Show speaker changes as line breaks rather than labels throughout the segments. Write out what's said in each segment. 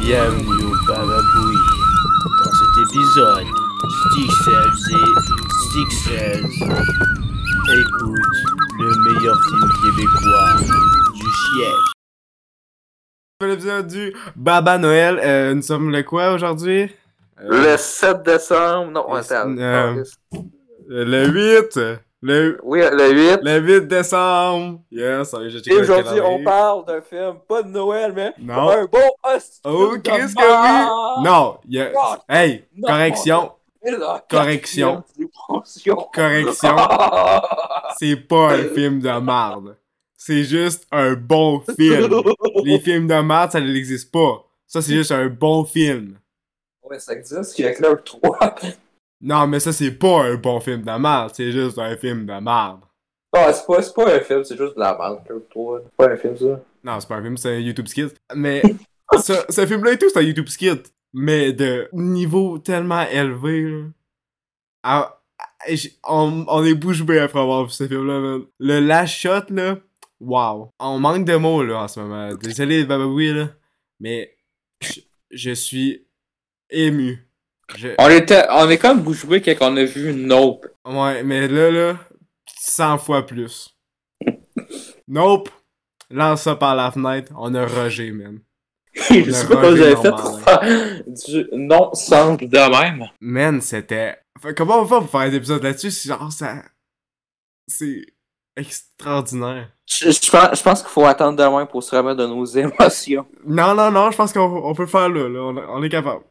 Bienvenue au Bababouille. Dans cet épisode, Stixels et Stixels écoute le meilleur film québécois du siècle.
Nouvel épisode du Baba Noël. Euh, nous sommes le quoi aujourd'hui? Euh,
Le 7 décembre, non,
Le-
attends.
euh, Euh, Le 8! Le,
oui, le 8.
le 8 décembre! Yes, ça y est, j'ai checké
Et
le
aujourd'hui, on
calendrier.
parle d'un film, pas de Noël, mais
Non.
un bon host.
Oh,
de
Chris,
mort.
que oui! Non! il y a-
God.
Hey!
Non.
Correction!
Et la
Correction.
quatrième dimension.
Correction! C'est pas un film de marde. C'est juste un bon film. Les films de marde, ça n'existe pas. Ça, c'est juste un bon film.
Ouais, ça existe, il y a que là, un 3.
Non, mais ça, c'est pas un bon film de marde. C'est juste un film de marde.
Non, Ah, c'est pas, c'est pas un film, c'est juste de la merde, Clerc 3. C'est pas un film, ça.
Non, c'est pas un film, c'est un YouTube skit. Mais ce, ce film-là et tout, c'est un YouTube skit. Mais de niveau tellement élevé, là. Ah, ah, j- on, on est bouche bée après avoir vu ce film-là, man. Le last shot, là, wow. On manque de mots, là, en ce moment. Désolé, Bababoui, là. Mais je, je suis ému. Je-
On était, on est comme bouche bée quand on a vu Nope.
Ouais, mais là, là, 100 fois plus. Nope. Lance ça par la fenêtre. On a Roger, man.
Je sais pas
Le
comment j'avais
Roger
fait pour faire du non-sens de même.
Man, c'était. Fait, comment on va faire pour faire des épisodes là-dessus si genre ça. C'est extraordinaire.
Je, pense, qu'il faut attendre demain pour se remettre de nos émotions.
Non, non, non, je pense qu'on on peut le faire là, là on, on est capable.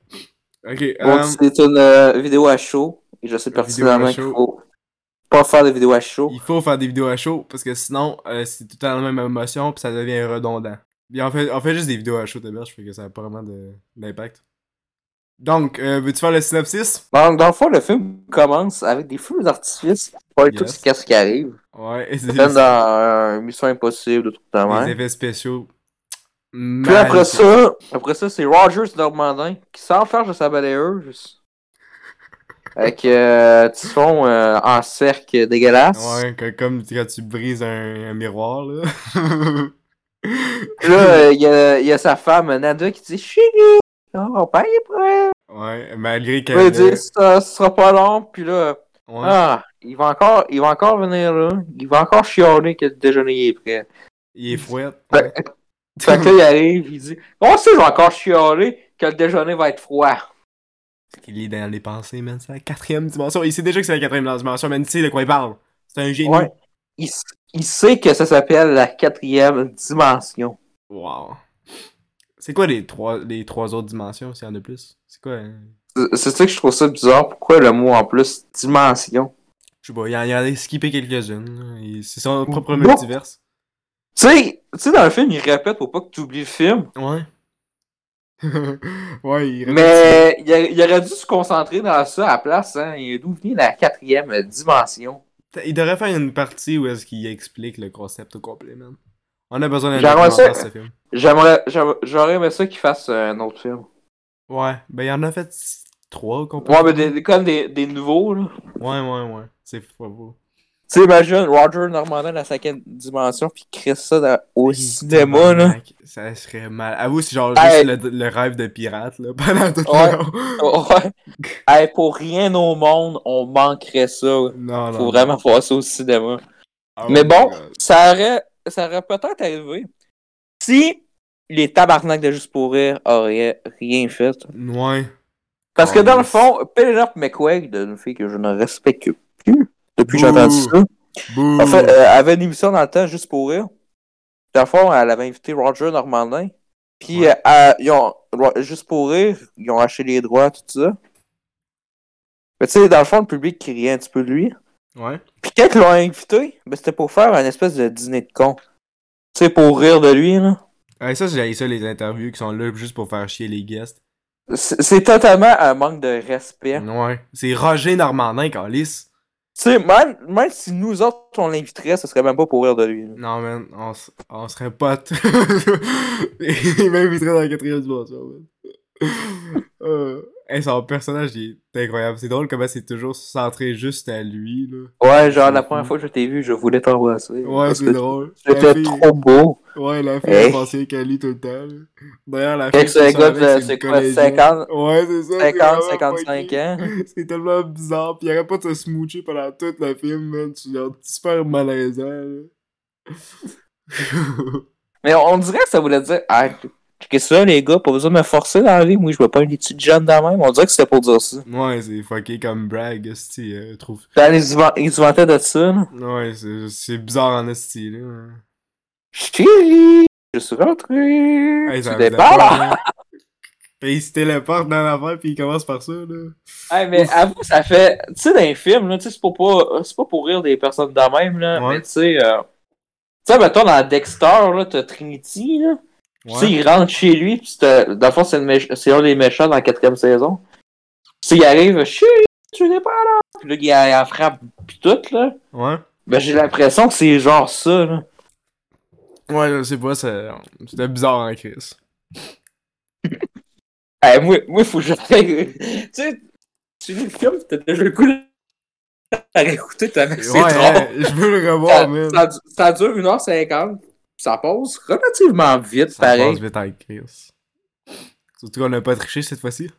Ok, euh,
c'est une vidéo à chaud, et je sais
Vidéo à pertinemment
pertinemment
qu'il
qu'il
chaud.
faut pas faire de vidéo à chaud.
il faut faire des vidéos à chaud parce que sinon euh, c'est tout le temps la même émotion puis ça devient redondant. Puis on fait, on fait juste des vidéos à chaud de je fais que ça n'a pas vraiment de- d'impact. Donc, euh, veux-tu faire le synopsis?
Dans, dans le fond, le film commence avec des feux d'artifice. Pas du
Yes.
tout ce qu'est-ce qui arrive.
Ouais, et c'est-
Comme dans euh, un Mission Impossible, de tout le temps.
les effets spéciaux.
Puis après ça, après ça, c'est Rogers Normandin qui s'enferme de sa balayeuse. Avec euh, petit son euh, en cercle dégueulasse.
Ouais, que- comme quand tu brises un, un miroir, là.
Puis là, euh, il y, a, il y a sa femme, Nada, qui dit Chérie, mon père est prêt.
ouais, malgré
Puis là,
qu'elle...
il dit ça, ce sera pas long. Puis là,
ouais,
ah, il va encore, il va encore venir là. Il va encore chialer que le déjeuner est prêt.
il est fouette.
Fait- Fait que là, il arrive, il dit On sait, je vais encore chialer que le déjeuner va être froid.
Il est dans les pensées, man. C'est la quatrième dimension. Il sait déjà que c'est la quatrième dimension, man. Il sait de quoi il parle. C'est un génie.
Ouais. Il, s- il sait que ça s'appelle la quatrième dimension.
Wow. C'est quoi les trois, les trois autres dimensions, s'il y en a plus? C'est quoi? hein?
C'est- C'est ça que je trouve ça bizarre. Pourquoi le mot en plus dimension
Je sais pas, il y en il y en a skippé quelques-unes. là. Il- C'est son propre
Bon.
multiverse.
Tu sais, tu sais, dans le film, il répète pour pas que tu oublies le film.
Ouais. ouais, il
Mais il, a- il aurait dû se concentrer dans ça à la place. Hein. Et D'où vient la quatrième euh, dimension
Il devrait faire une partie où est-ce qu'il explique le concept au complet, man. On a besoin d'un
J'aimerais ça-
documentaire sur ce film.
J'aimerais, j'aimerais- j'aurais aimé ça qu'il fasse euh, un autre film.
Ouais, ben il en a fait s- trois au complet.
Ouais, mais des, des- comme des, des nouveaux. là.
Ouais, ouais, ouais. C'est pas beau.
Tu sais, imagine Roger Normandin dans la cinquième dimension, puis crée ça dans- au cinéma. là.
Tabarnak, Ça serait mal. Avoue, c'est genre
Hey.
juste le, le rêve de pirate, là, pendant tout
Ouais.
le long.
Ouais. Hey, pour rien au monde, on manquerait ça.
Non, non.
Faut vraiment voir ça au cinéma.
Oh
Mais
my
bon,
God.
ça aurait, ça aurait peut-être arrivé si les tabarnaks de Juste pour Rire auraient rien fait.
Ouais.
Parce que
Oh,
dans le
yes.
fond, Penelope McQuaid, une fille que je ne respecte plus depuis que j'ai
Bouh.
entendu ça,
Bouh.
en fait, euh, elle avait une émission dans le temps Juste pour Rire. Dans le fond, elle avait invité Roger Normandin. Puis,
Ouais.
euh, ils ont, Juste pour Rire, ils ont acheté les droits, tout ça. Mais tu sais, dans le fond, le public criait un petit peu de lui.
Ouais.
Puis quand ils l'ont invité, ben c'était pour faire un espèce de dîner de con. Tu sais, pour rire de lui, là.
Ouais, ça, j'ai ça, les interviews qui sont là juste pour faire chier les guests.
C'est c'est totalement un manque de respect.
Ouais. C'est Roger Normandin, Calis.
Tu sais, même, même si nous autres, on l'inviterait, ce serait même pas pour rire de lui. là.
Non, man, on, s- on serait potes. Il m'inviterait dans la quatrième dimension, man. Euh, Hey, son personnage, il est incroyable. C'est drôle comment c'est toujours centré juste à lui, là.
Ouais, genre, la première fois que je t'ai vu, je voulais t'embrasser.
Ouais,
Parce
c'est
que
drôle. La
J'étais
fille-
trop beau.
Ouais, la fille,
Hey.
elle pensait qu'à lui tout le temps, là. D'ailleurs, la
Fait
fille,
que c'est un
son
gars
ami,
de,
c'est
euh, c'est
une
quoi,
collégienne.
50,
Ouais, c'est ça. c'est
50,
vraiment
55
fucké.
ans?
C'est tellement bizarre. Puis il arrête pas de se smoocher pendant tout le film, man. C'est genre super malaisant, là.
Mais on on dirait que ça voulait dire, ah, que ça, les gars, pas besoin de me forcer dans la vie. Moi, je veux pas une petite jeune de même. On dirait que c'était pour dire ça.
ouais, c'est fucké comme brag, esti, euh, trouve.
Puis elle, Ils se van- ils se vantaient de ça, là.
Ouais, c'est c'est bizarre en esti, là.
Chérie, je suis rentré.
Hey, ça
tu
me
départs, là.
déporte, hein. Puis il se téléporte dans l'affaire, puis il commence par ça, là.
Hey, mais avoue, ça fait. Tu sais, dans les films, là, tu sais, c'est pour pas, c'est pas pour rire des personnes de même, là.
Ouais.
Mais tu sais, euh... tu sais, mettons, dans Dexter, là, t'as Trinity, là. Puis, Tu sais, il rentre chez lui, pis c'est, euh, dans le fond, c'est, le mé- c'est un des méchants dans la quatrième saison. Tu sais, il arrive, chérie, tu n'es pas là. Puis là, il y a- il en frappe, pis tout, là.
Ouais.
Ben, j'ai l'impression que c'est genre ça, là.
Ouais, je sais pas, ça- c'était bizarre en Chris.
Hey, moi, moi, faut que je. tu sais,
Tu lis le film, t'as déjà le coup à l'écouter, t'as mec, c'est
ouais,
drôle.
hey, je veux le revoir,
ça,
Oh, man.
ça- ça dure 1h50, pis ça passe relativement vite,
Ça
pareil.
passe vite en Chris. Surtout qu'on a pas triché cette fois-ci.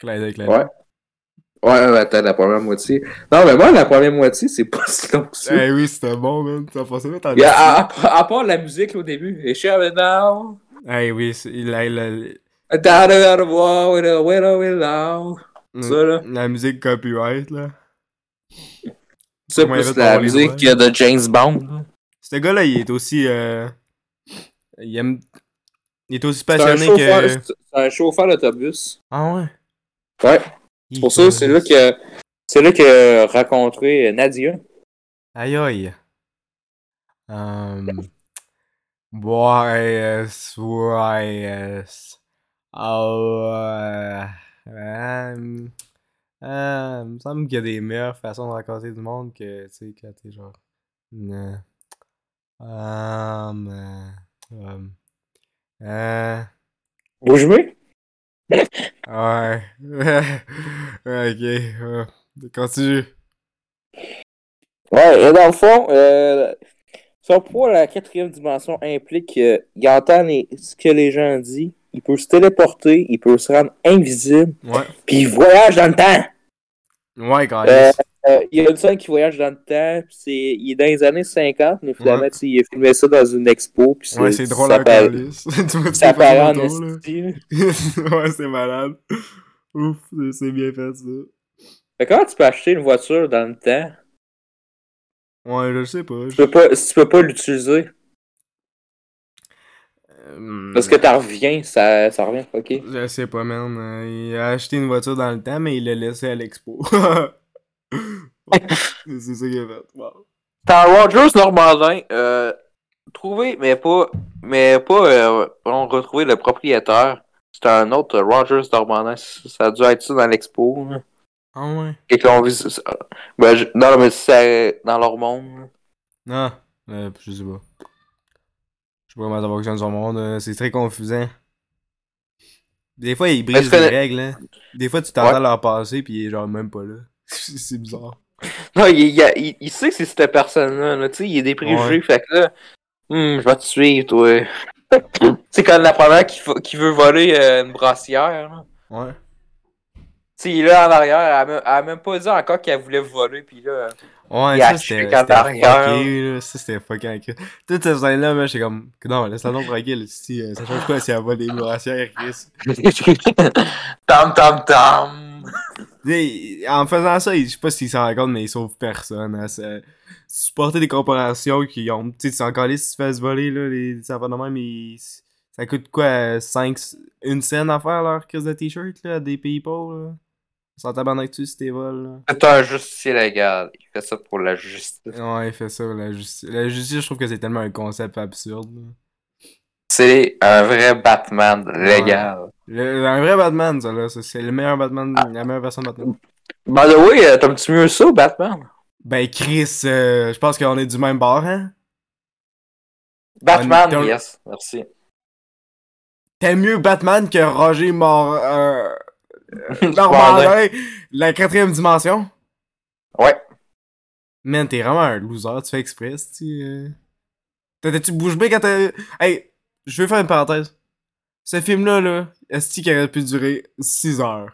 Clin d'œil, clin
Ouais. Ouais, ouais, attends, la première moitié. Non, mais moi, la première moitié, c'est pas si long que ça.
Eh oui, c'était bon, man. Ça passait vite en
Et à, à- à part la musique là, au début, et Sharon now,
Eh oui, c'est- la, la, la,
down the other wall, with a widow in love. Ça, là.
la musique copyright, là.
Ça,
Comment il va
plus
te
la
voir les
musique
doigts?
de James Bond.
Ce gars-là, il est aussi. euh, Il aime. Il est aussi
C'est un,
passionné
chauffeur-
que.
c'est un chauffeur d'autobus.
Ah ouais?
Ouais,
Il-
pour ça, c'est là que. C'est là que rencontré Nadia.
Aïe aïe. Euh... Boys, boys. Oh, euh... Euh... euh, Il me semble qu'il y a des meilleures façons de rencontrer du monde que, tu sais, quand t'es genre... Euh... Euh... Euh... Euh...
Bouge me
Ouais. ok. euh, Continue.
Ouais, et dans le fond, euh, son pouvoir, la quatrième dimension implique qu'il entend les- ce que les gens disent, il peut se téléporter, il peut se rendre invisible,
Ouais.
puis il voyage dans le temps.
Ouais, quand
Euh, Euh, il y a une scène qui voyage dans le temps, puis c'est, il est dans les années 50, mais finalement,
Ouais.
tu sais, il a filmé ça dans une expo. Puis
Ouais, c'est drôle
ça
à
paraît-
calice. tu vois, tu
Ça
fais pas
paraît
le
en
tour, là.
esti, là.
ouais, c'est malade. Ouf, c'est- c'est bien fait, ça.
Fait comment tu peux acheter une voiture dans le temps?
Ouais, je le sais pas. je-
Tu peux pas, si tu peux pas l'utiliser,
Euh,
parce que t'en reviens, ça, ça revient, ok.
Je sais pas, man. euh, Il a acheté une voiture dans le temps, mais il l'a laissée à l'expo. Ouais, c'est ça qu'il a fait. Wow.
Dans Rogers Normandin, euh, trouver, mais pas, mais pas, euh, on retrouver le propriétaire. C'était un autre euh, Rogers Normandin. c- Ça a dû être ça dans l'expo. là.
Ah ouais?
Et qu'on visite ça. Ben, je- non, mais c'est dans leur monde. hein. là.
Non, euh, je sais pas. Je sais pas comment ça fonctionne sur le monde. euh, C'est très confusant. Des fois, ils brisent
que
les
le-
règles. hein. Des fois, tu t'entends
Ben, Ouais.
leur passer, puis il est genre même pas là. c'est bizarre.
Non, il, il, a- il- il sait que c'est cette personne-là. là, tu sais, il est des préjugés.
Ouais.
Fait que là, Hmm, je vais te suivre, toi. c'est comme la première qui, fa- qui veut voler euh, une brassière. là.
Ouais.
Tu sais, il est là en arrière. Elle a même- elle a même pas dit encore qu'elle voulait voler. Puis là.
Ouais,
Il
ça
a acheté
c'était
quand
c'était fucké,
l'arrière.
là. Ça c'était fucking en crise. Toute cette scène-là, moi, j'étais comme, non, laisse-la donc tranquille. Si, euh, ça change quoi si elle va des brassières, Chris?
tam tam tam.
Tu sais, il- En faisant ça, il- je sais pas s'ils s'en rendent compte, mais ils sauvent personne. Hein, ça- Supporter des corporations qui ont. Tu sais, tu t'en calais si tu te fais voler, là, les ça va de même, ils- Ça coûte quoi, euh, cinq une scène à faire leur crise de t-shirt, là, à des pays pauvres, là? Sans tabarnak dessus si t'es vol, là.
C'est un justicier légal. Il fait ça pour la justice.
Ouais, il fait ça, la justice. La justice, je trouve que c'est tellement un concept absurde, là.
C'est un vrai Batman légal.
Le, un vrai Batman, ça, là. ça, C'est le meilleur Batman, la meilleure version de Batman.
By the way, euh, t'aimes-tu mieux ça, Batman?
Ben, Chris, euh, je pense qu'on est du même bord, hein?
Batman,
t'as-
yes, merci.
T'aimes mieux Batman que Roger Mor... Euh, Normalement, hein. la quatrième dimension.
Ouais.
Man, t'es vraiment un loser, tu fais exprès, tu. euh. T'étais-tu bouche bée quand t'as. Hey, je vais faire une parenthèse. Ce film-là, là, est-ce qu'il aurait pu durer 6 heures?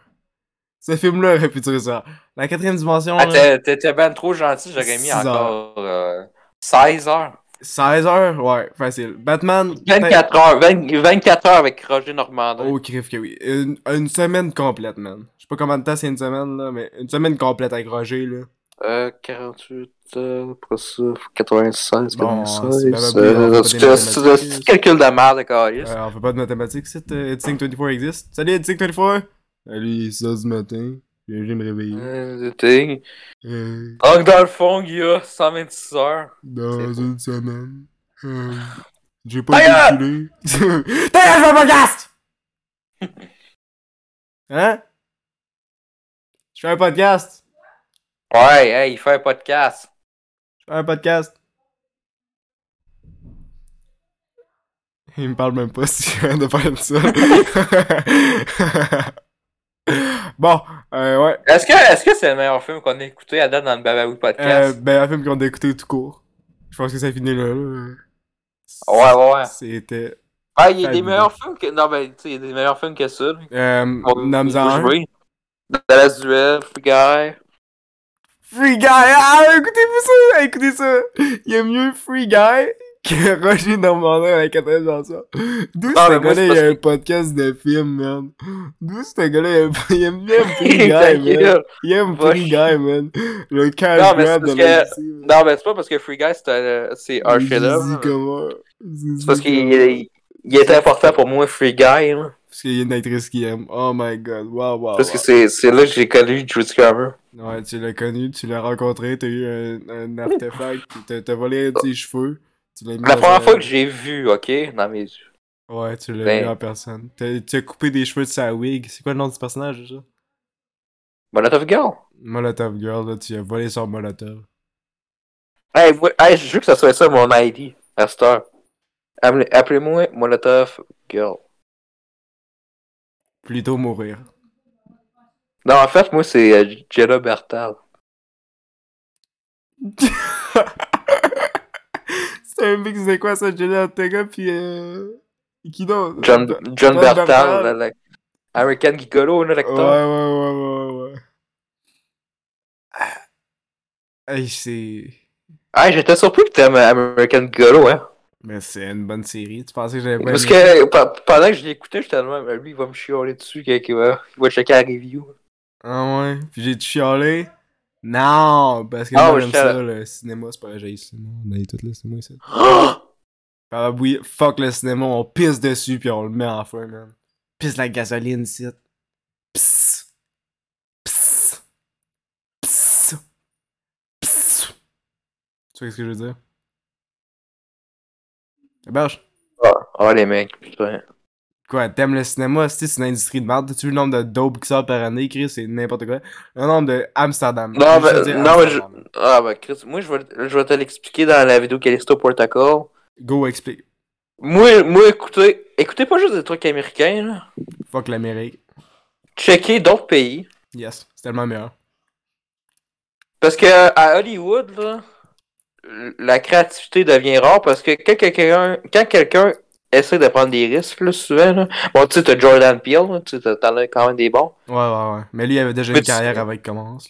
Ce film-là aurait pu durer ça. La quatrième dimension,
Ah,
là,
t'es- t'es t'es ben trop gentil, j'aurais mis
Six
encore euh, 16 heures.
16 heures, ouais, facile. Batman, peut-être-
24 heures, 20 24 heures avec Roger Normandin.
Oh, crif que oui. Une, une semaine complète, man. Je sais pas combien de temps c'est une semaine, là, mais une semaine complète avec Roger, là.
Euh, 48, euh, après ça, 96,
Bon,
96.
c'est pas mal, on va
euh,
pas
C'est
des
un c'est un petit
mathématiques.
calcul de merde, Carlis.
Euh, on fait pas de mathématiques, c'est euh, Edsync 24 existe. Salut Edsync 24! Salut, il est 6 du matin. Je viens de me réveiller.
Euh, t'es-
Euh,
Donc, dans le fond, il y a 126 heures.
dans
C'est
une semaine. Euh, J'ai
Ta
pas été culé. T'as je mon podcast! Hein? Je fais un podcast!
Ouais, hey, il fait un podcast.
Je fais un podcast. Il me parle même pas si je viens de faire ça. bon, euh, ouais.
Est-ce que est-ce que c'est le meilleur film qu'on a écouté à date dans le Babaoui
Euh,
podcast?
ben, un film qu'on a écouté tout court. Je pense que ça finit là. là.
ouais, ouais, ouais.
C'était.
Ah, il y a des
fabuleux.
meilleurs films que. Non, ben, tu sais, il y a des meilleurs films que ça.
Euh,
Oh,
Nomme-en un.
Oui. Dallas Duel, Free Guy.
Free Guy! Ah, écoutez-vous ça! Écoutez ça! Il y a mieux Free Guy que Roger Normandin à la quatrième chanson. D'où
Ah,
ce
mais moi,
gars-là,
c'est
il y
parce
a un podcast de film, man. D'où ce gars-là, il aime bien Free Guy,
Ta
man.
gueule.
Il aime
Va
Free Guy, man. Le
Non,
cash
mais
grab de
c'est parce
la
que- Non, ben, c'est pas parce que Free Guy, c'est un, c'est un chef-d'œuvre. là. C'est parce qu'il il- il est important pour moi, Free Guy. là.
Parce qu'il y a une actrice qui aime. Oh my god, wow, wow.
Parce que
wow.
c'est c'est là que j'ai connu Drew Discover.
Ouais, tu l'as connu, tu l'as rencontré, t'as eu un, un artefact, puis t'as- t'as volé ses cheveux. Tu l'as mis
La
dans
première
un-
fois que j'ai vu, ok, dans mes yeux.
Ouais, tu l'as
Ben-
vu en personne. T'as- Tu as coupé des cheveux de sa wig. C'est quoi le nom du personnage déjà?
Molotov Girl.
Molotov Girl, là, tu as volé son Molotov.
Hey, vous- hey, je veux que ça soit ça mon ID, à cette heure. Appelez- Appelez-moi Molotov Girl.
Plutôt mourir.
Non, en fait, moi, c'est euh, Jenna Bertal.
C'est un mix de quoi ça, Jenna Ortega, puis euh... Qui d'autre?
John,
Ouais,
John
John
Bertal,
Bertal.
là, la- American Gigolo, là,
ouais,
l'acteur.
ouais, ouais, ouais, ouais. Ah. Hey, c'est...
Hey, j'étais surpris que t'aimes American Gigolo, hein.
Mais c'est une bonne série. Tu pensais que j'avais pas
Parce
aimé?
que pe- pendant que je l'écoutais, j'étais tellement. ben, Lui, il va me chialer dessus, qu'il qu'il va, il va checker la review.
Ah ouais? Puis j'ai chialé? Non! Parce que
Ah,
moi,
ouais,
j'aime
j'étais-
ça, le cinéma, c'est pas... J'ai le cinéma, on a eu tout le cinéma ici.
Ah!
Ah oui, fuck le cinéma, on pisse dessus puis on le met en feu, man. Pisse la gasoline, ici. Psss. Psss. Psss. Psss. Tu vois ce que je veux dire? La barge.
Oh, les mecs, putain.
Quoi, t'aimes le cinéma? C'est c'est une industrie de merde. T'as-tu vu le nombre de dope qui sort par année, Chris? C'est n'importe quoi. Le nombre de Amsterdam. Je
Non,
veux
mais-
dire
non, mais
Amsterdam.
Ah, bah, Chris, moi, je vais, je vais te l'expliquer dans la vidéo Callisto Protocol.
Go, explique.
Moi, moi, écoutez, écoutez pas juste des trucs américains, là.
Fuck l'Amérique.
Checkez d'autres pays.
Yes, c'est tellement meilleur.
Parce que à Hollywood, là, la créativité devient rare parce que quand quelqu'un quand quelqu'un essaie de prendre des risques, là, souvent, là, bon, tu sais, t'as Jordan Peele, là, tu sais, t'as- t'en as quand même des bons.
Ouais, ouais, ouais. Mais lui, il avait déjà
Mais
une
tu-
carrière avant qu'il commence.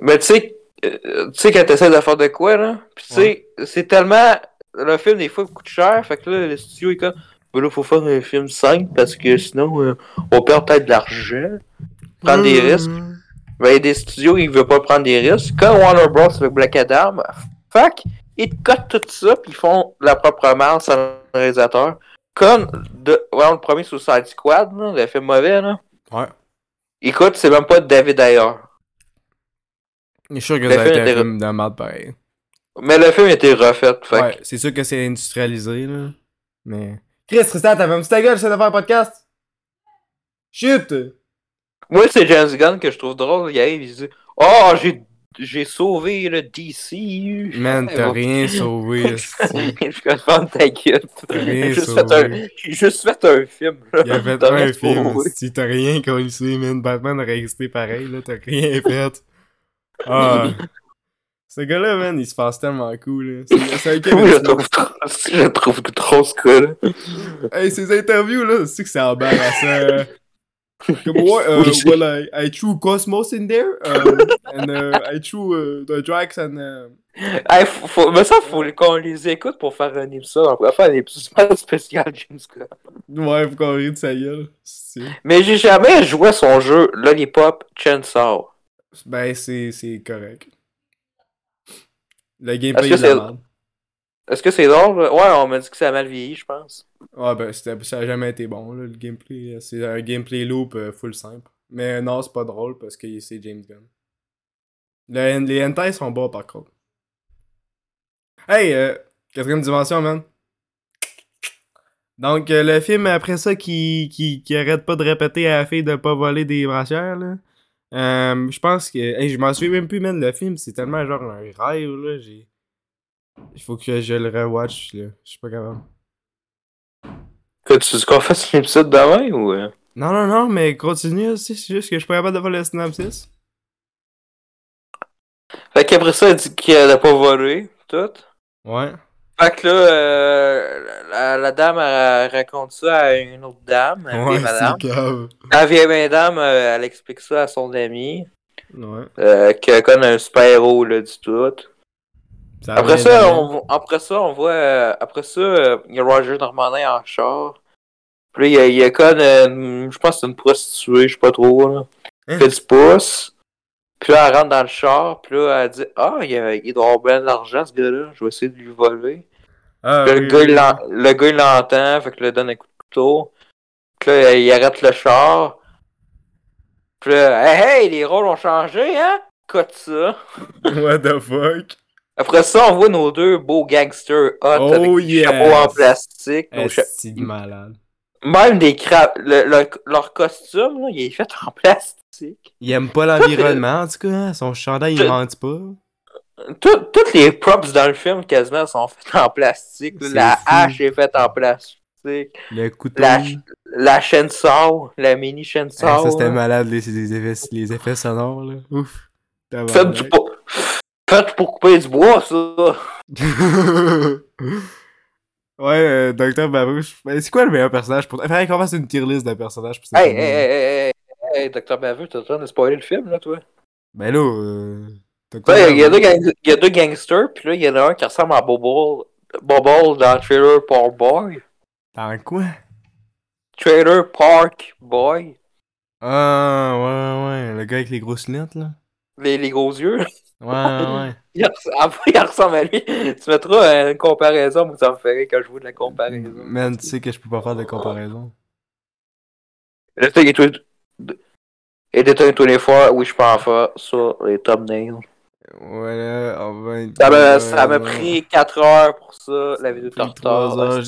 Mais tu sais, euh, tu sais, quand t'essaies de faire de quoi, là, pis tu sais, c'est tellement. Le film, des fois, coûte cher, fait que là, le studio est comme. Ben là, faut faire un film simple parce que sinon, euh, on perd peut-être de l'argent. Prendre
Hmm.
des risques. Ben, il y a des studios, ils veulent pas prendre des risques. Comme Warner Bros. avec Black Adam, fuck, ils te cotent tout ça, puis ils font la propre masse à leur réalisateur. Comme de, voyons, le premier Suicide Squad, là, le film mauvais, là.
Ouais.
Écoute, c'est même pas David Ayer.
Je suis sûr que
Le
ça a
film
été un
était-
film de merde pareil.
Mais le film était refait, fait que-
Ouais, c'est sûr que c'est industrialisé, là. Mais. Chris, Tristan, t'avais un petit ta gueule, j'essaie de faire un podcast. Chut!
Moi, c'est James Gunn que je trouve drôle. Il arrive, il dit Oh, j'ai
j'ai sauvé le DC.
Man, t'as
bon.
rien sauvé. esti.
Je suis content de ta gueule.
T'as rien
J'ai juste fait un-
sauvé.
j'ai juste fait un film. là.
Il y avait
T'as
pas un
rien
film.
sauvé.
Si t'as rien ici, man, Batman aurait existé pareil, là. T'as rien fait. Ah. Ce gars-là, man, il se passe tellement cool, là. C'est- C'est un gars,
Oui, je
man,
trouve trop, je trouve trop ce cas-là.
Hey, ces interviews là, c'est que c'est embarrassant. Comme moi, uh,
Oui, c'est-
well, I, I threw Cosmos in there, um, and uh, I threw uh, the Drax and. uh,
Hey, faut, faut- mais ça, faut qu'on les écoute pour faire un épisode. On pourrait faire un épisode spécial James Gunn.
Ouais, faut qu'on rit de sa gueule. C'est-
Mais j'ai jamais joué à son jeu Lollipop Chainsaw.
Ben, c'est c'est correct. Le
Est-ce
gameplay
que
est de la
c'est-
merde.
Est-ce que c'est drôle? là? Ouais, on m'a dit que ça a mal vieilli, je pense.
Ouais, ben, c'était- ça a jamais été bon, là, le gameplay. C'est un gameplay loop euh, full simple. Mais non, c'est pas drôle parce que c'est James Gunn. Le- les hentai sont bons par contre. Hey, euh, quatrième dimension, man. Donc, euh, le film après ça qui, qui, qui arrête pas de répéter à la fille de pas voler des brassières, là. Euh, je pense que. Hey, je m'en suis même plus, man. Le film, c'est tellement genre un rêve, là. J'ai. Il faut que je le rewatch, là. Je suis pas capable.
Que tu veux qu'on fasse un épisode demain ou. euh?
Non, non, non, mais continue, aussi, c'est juste que je suis pas capable de faire le synopsis.
Fait qu'après ça, elle dit qu'elle a pas volé, tout.
Ouais.
Fait que là, euh, la, la dame elle raconte ça à une autre dame, à
ouais,
Ben, madame.
c'est cave.
La vieille madame, euh, elle explique ça à son amie,
Ouais.
euh, qu'elle connaît un super-héros là, du tout.
Ça
Après
vient
ça,
de-
on, vo- après ça, on voit. euh, après ça, euh, il y a Roger Normandin en char. Puis là, il y a, il y a comme. euh, je pense que c'est une prostituée, je sais pas trop. Là.
Hein?
Fait du pouce. Puis là, elle rentre dans le char. Puis là, elle dit Ah, il, y a- il doit avoir bien de l'argent, ce gars-là. Je vais essayer de lui voler.
Ah,
Puis là,
oui,
le, gars, il
oui.
l'en- le gars, il l'entend. Fait qu'il lui donne un coup de couteau. Puis là, il arrête le char. Puis là, hey, hey, les rôles ont changé, hein Cote ça.
What the fuck?
Après ça, on voit nos deux beaux gangsters hot avec
Oh
Ah, des chapeaux en
yeah!
plastique. nos cha-
Esti de malade.
Même des crabes. le- le- leur costume, là, il est fait en plastique.
Il aime pas l'environnement, en tout cas. hein. Son chandail, il
Tout-
rentre pas.
Tout- Toutes les props dans le film, quasiment, sont faites en plastique. là.
C'est
La
fou.
hache est faite en plastique.
Le couteau.
La, la chaîne sort, la mini chaîne
Hey, ça,
sort.
c'était malade, les, les effets, les effets sonores, là. Ouf.
Faites du po- Faites pour couper du bois, ça.
ouais, euh, Docteur Barouche. Ben, C'est quoi le meilleur personnage pour toi? Faudrait qu'on fasse une tier list de personnages pour cette
Hey, hey,
année, là.
hey, hey, hey, hey, docteur Baveux, t'es en train de spoiler le film, là, toi.
Ben là, euh...
Ouais,
Docteur
il y a deux
Barouche.
gang- il y a deux gangsters, puis là, il y en a un qui ressemble à Bobble, Bobble dans Trailer Park Boy.
Dans quoi?
Trailer Park Boy.
Ah, ouais, ouais, le gars avec les grosses lunettes, là.
Les, les gros yeux.
Ouais, ouais, ouais.
Il res- Après, il ressemble à lui. Tu mettras une comparaison, mais ça me ferait quand je vois de la comparaison.
Man, tu sais que je peux pas faire de comparaison.
Le fait qu'il est tout- Et déteint tous les fois, oui, je peux en faire sur les thumbnails.
Ouais, là, on va...
Ça m'a, ça m'a pris 4 heures pour ça, la vidéo de
trois
retard.
heures.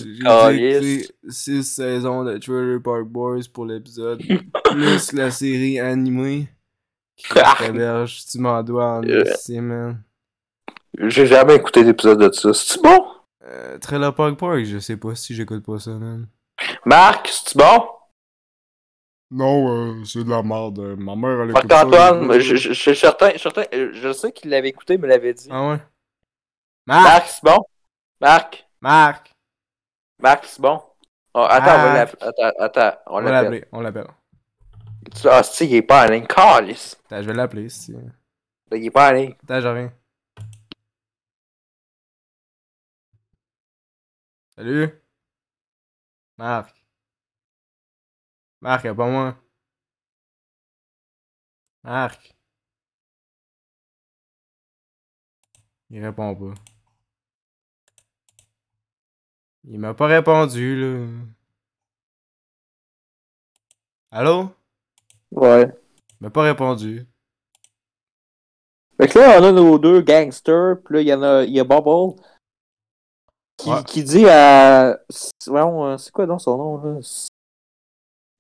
J'ai écouté 6 saisons de Trailer Park Boys pour l'épisode, plus la série animée.
Ah!
Taberge, tu m'en dois en
Euh.
esti, man.
J'ai jamais écouté d'épisode de ça. C'est-tu bon?
Euh, Trailer Park Boys, je sais pas si j'écoute pas ça, man.
Marc, c'est-tu bon?
Non, euh, c'est de la merde. Ma mère, elle
Marc-Antoine, je, je, je suis certain, je, suis certain- euh, je sais qu'il l'avait écouté, mais l'avait dit.
Ah ouais? Ah.
Marc, c'est bon? Marc,
Marc!
Marc, c'est bon? Oh, attends, on va
Marc.
l'app- attends, attends, on
On va
l'appelle.
l'appeler, on l'appelle.
Tu- Ah, si, il est pas en ligne. Calice.
Attends, je vais l'appeler, si.
Il est pas en ligne.
Attends, je reviens. Salut! Marc! Marc, y'a pas moi! Marc! Il répond pas. Il m'a pas répondu, là. Allô?
Ouais.
Il m'a pas répondu.
Fait que là, on a nos deux gangsters, puis là, il y en a, il y a Bubble, qui,
Ouais.
qui dit à... c'est- voyons, euh, c'est quoi donc son nom, là?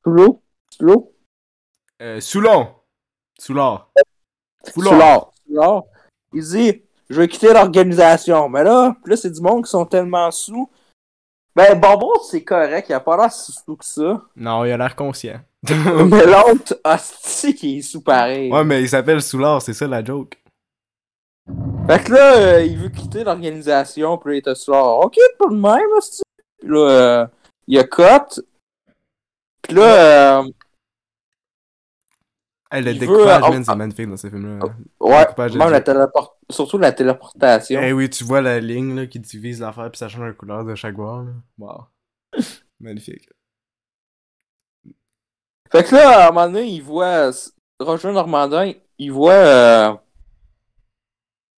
Soulo? Soulo?
Euh, Soulon! Soulard! Foulard.
Soulard. Soulard. il dit Je vais quitter l'organisation. Mais là, puis là, c'est du monde qui sont tellement sous. Ben, Bonbon, c'est correct, il a pas l'air si sous que ça.
Non, il a l'air conscient.
Mais l'autre, hostie, qui est sous pareil.
Ouais, mais il s'appelle Soulard, c'est ça la joke.
Fait que là, euh, il veut quitter l'organisation, puis là, il était sur leur, Ok, pas le même, hostie. Puis là, euh, il y a Cote. Puis là, euh,
Hey, Eh, le
Il
découpage,
veut, euh,
man,
oh,
c'est magnifique dans ce film-là.
euh, ouais,
Coupage de
même la
Dieu.
téléport- surtout la téléportation.
Eh oui, tu vois la ligne là, qui divise l'affaire puis ça change la couleur de chaque bord. Là. Wow. magnifique.
Fait que là, à un moment donné, il voit euh, Roger Normandin, il voit euh,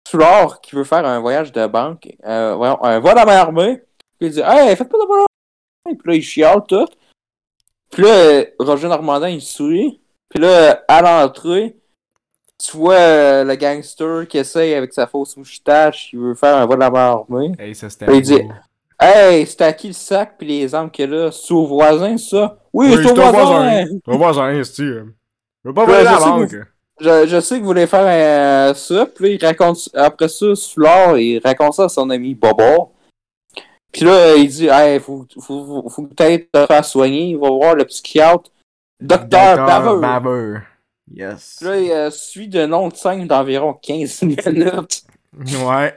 Soulard qui veut faire un voyage de banque, euh, voyons, un vol à main armée. Puis Il dit Hey, faites pas de vol à main armée. Puis là, il chiale tout. Puis là, euh, Roger Normandin, il sourit. Puis là, à l'entrée, tu vois euh, le gangster qui essaye avec sa fausse moustache, il veut faire un vol à main armée.
Hey, Eh, ça c'était.
Il dit-
beau.
Hey, c'est à qui le sac puis les armes qu'il a? C'est au voisin, ça? Oui,
Oui,
c'est au
c'est au
voisin!
Je vais voir, j'en ai, c'est-tu. euh, Je veux pas
Ouais,
voler
je
la
sais que
banque.
Je, je sais que vous voulez faire euh, ça, puis là, il raconte après ça, Soulard, il raconte ça à son ami Bobo. Puis là, il dit Hey, faut, faut, faut, faut peut-être te faire soigner, il va voir le psychiatre, docteur Baveux.
Baveux. Yes.
Puis là, il euh, suit de longue scène d'environ 15 minutes.
Ouais.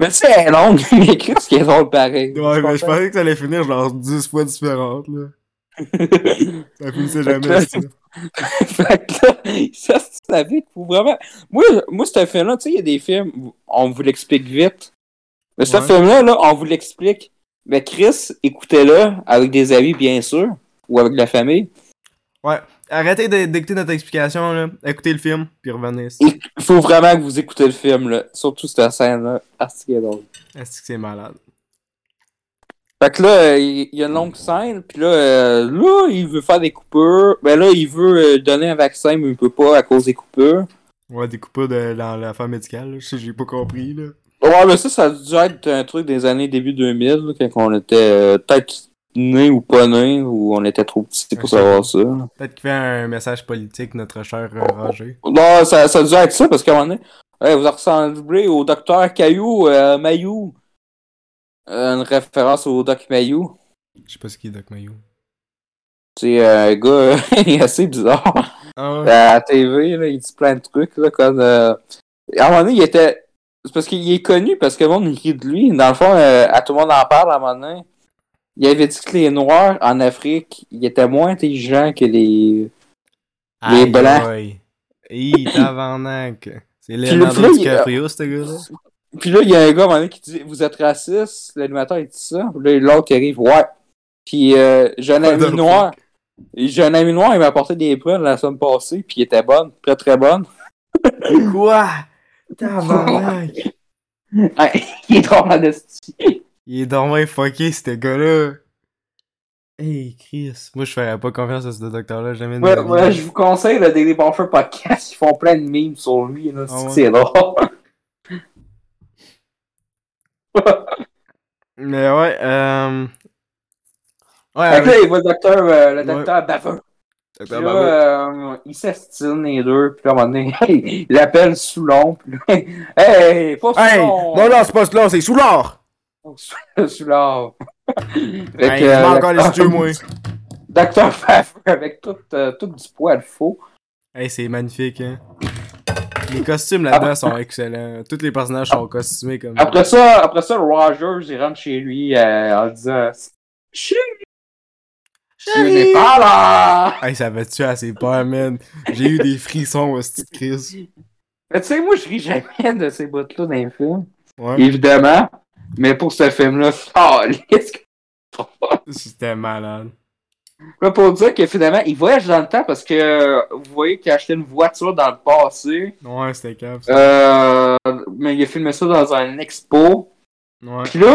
Mais tu sais, elle est longue, mais qu'est-ce qu'elle est drôle pareil.
Ouais, mais je pensais que ça allait finir genre 10 fois différentes, là. Ça finissait jamais,
là,
c'est ça.
fait que là, ça, c'est avec faut vraiment. Moi, moi ce film-là, tu sais, il y a des films, on vous l'explique vite. Mais ce
Ouais.
film-là, là, on vous l'explique. Mais Chris, écoutez-le avec des amis, bien sûr, ou avec la famille.
Arrêtez de- d'écouter notre explication, là. Écoutez le film, puis revenez. Est-ce
Il faut vraiment que vous écoutez le film, là. Surtout cette scène-là. Ah, c'est qu'elle est drôle.
que c'est malade?
Fait que là, il il y a une longue scène, puis là, euh, là, il veut faire des coupures. Ben là, il veut euh, donner un vaccin, mais il peut pas à cause des coupures.
Ouais, des coupures de, dans l'affaire médicale, là. Je sais, j'ai pas compris, là.
Ouais, mais ça, ça a dû être un truc des années début 2000, là, quand on était euh, peut-être né ou pas né, ou on était trop petit pour savoir ça.
Peut-être qu'il fait un message politique, notre cher euh, Roger.
Non, ça, ça a dû être ça, parce qu'à un moment donné, hey, vous ressemblez au docteur Caillou, euh, Mayou. Euh, une référence au doc Mayou.
Je sais pas ce qu'il est, Doc Mayo.
C'est euh, un gars il est assez bizarre.
Ah ouais.
Ben, À la TV, là, il dit plein de trucs, là, comme... euh, À un moment donné, il était... C'est parce qu'il est connu, parce que le monde rit de lui. Dans le fond, euh, à tout le monde en parle, à un moment donné. Il avait dit que les Noirs en Afrique, ils étaient moins intelligents que les... Euh, Les
Aïe,
Blancs.
aïe. Hi, tabarnak. C'est
le
Leonardo
film, il-
DiCaprio, ce gars-là.
Puis là, il y a un gars, à un moment donné, qui dit « Vous êtes raciste? » L'animateur, il dit ça. Puis là, l'autre, qui arrive « Ouais! » Puis euh, j'ai un
What
ami
the
noir. J'ai un ami noir, il m'a apporté des prunes la semaine passée, puis il était bonne, très très bonne.
Quoi? Tabarnak.
il est drôle en esti.
Il est dommage fucké, ce gars-là. Hey, Chris. Moi, je ferais pas confiance à ce docteur-là, jamais de
Ouais,
ma vie.
ouais, je vous conseille le Daily Buffer podcast. Ils font plein de mimes sur lui. là.
Ah ouais.
C'est drôle.
Mais ouais, euh... Ouais,
Fait que là,
avec-
il voit le docteur, euh, le
Ah Ouais.
docteur baveux. Puis
Docteur
là,
Babo.
euh, ils s'estinent les deux. Puis là, à un moment donné, il appelle Soulon. Puis là, hey, pas
Hey!
Soulon!
Non, non, c'est pas Soulard, c'est Soulard!
Soulon! fait
Hey,
que,
je
euh,
m'en encore les yeux, moi.
Docteur Baveux avec tout, euh, tout du poil faux.
Hey, c'est magnifique, hein. Les costumes là-dedans sont excellents. Tous les personnages sont costumés comme
Après ça, après ça, Rogers, il rentre chez lui euh, en disant Chérie! Tu n'es pas là!
Hey, ça va tuer assez peur, man. J'ai eu des frissons, hostie de Chris.
Mais tu sais, moi, je ris jamais de ces bouts-là dans les films.
Ouais,
Évidemment. Mais pour ce film-là, oh,
c'était malade.
Pour dire que finalement, il voyage dans le temps parce que euh, vous voyez qu'il a acheté une voiture dans le passé.
Ouais, c'était cap. ça.
Euh, mais il a filmé ça dans un expo.
Ouais.
Puis là,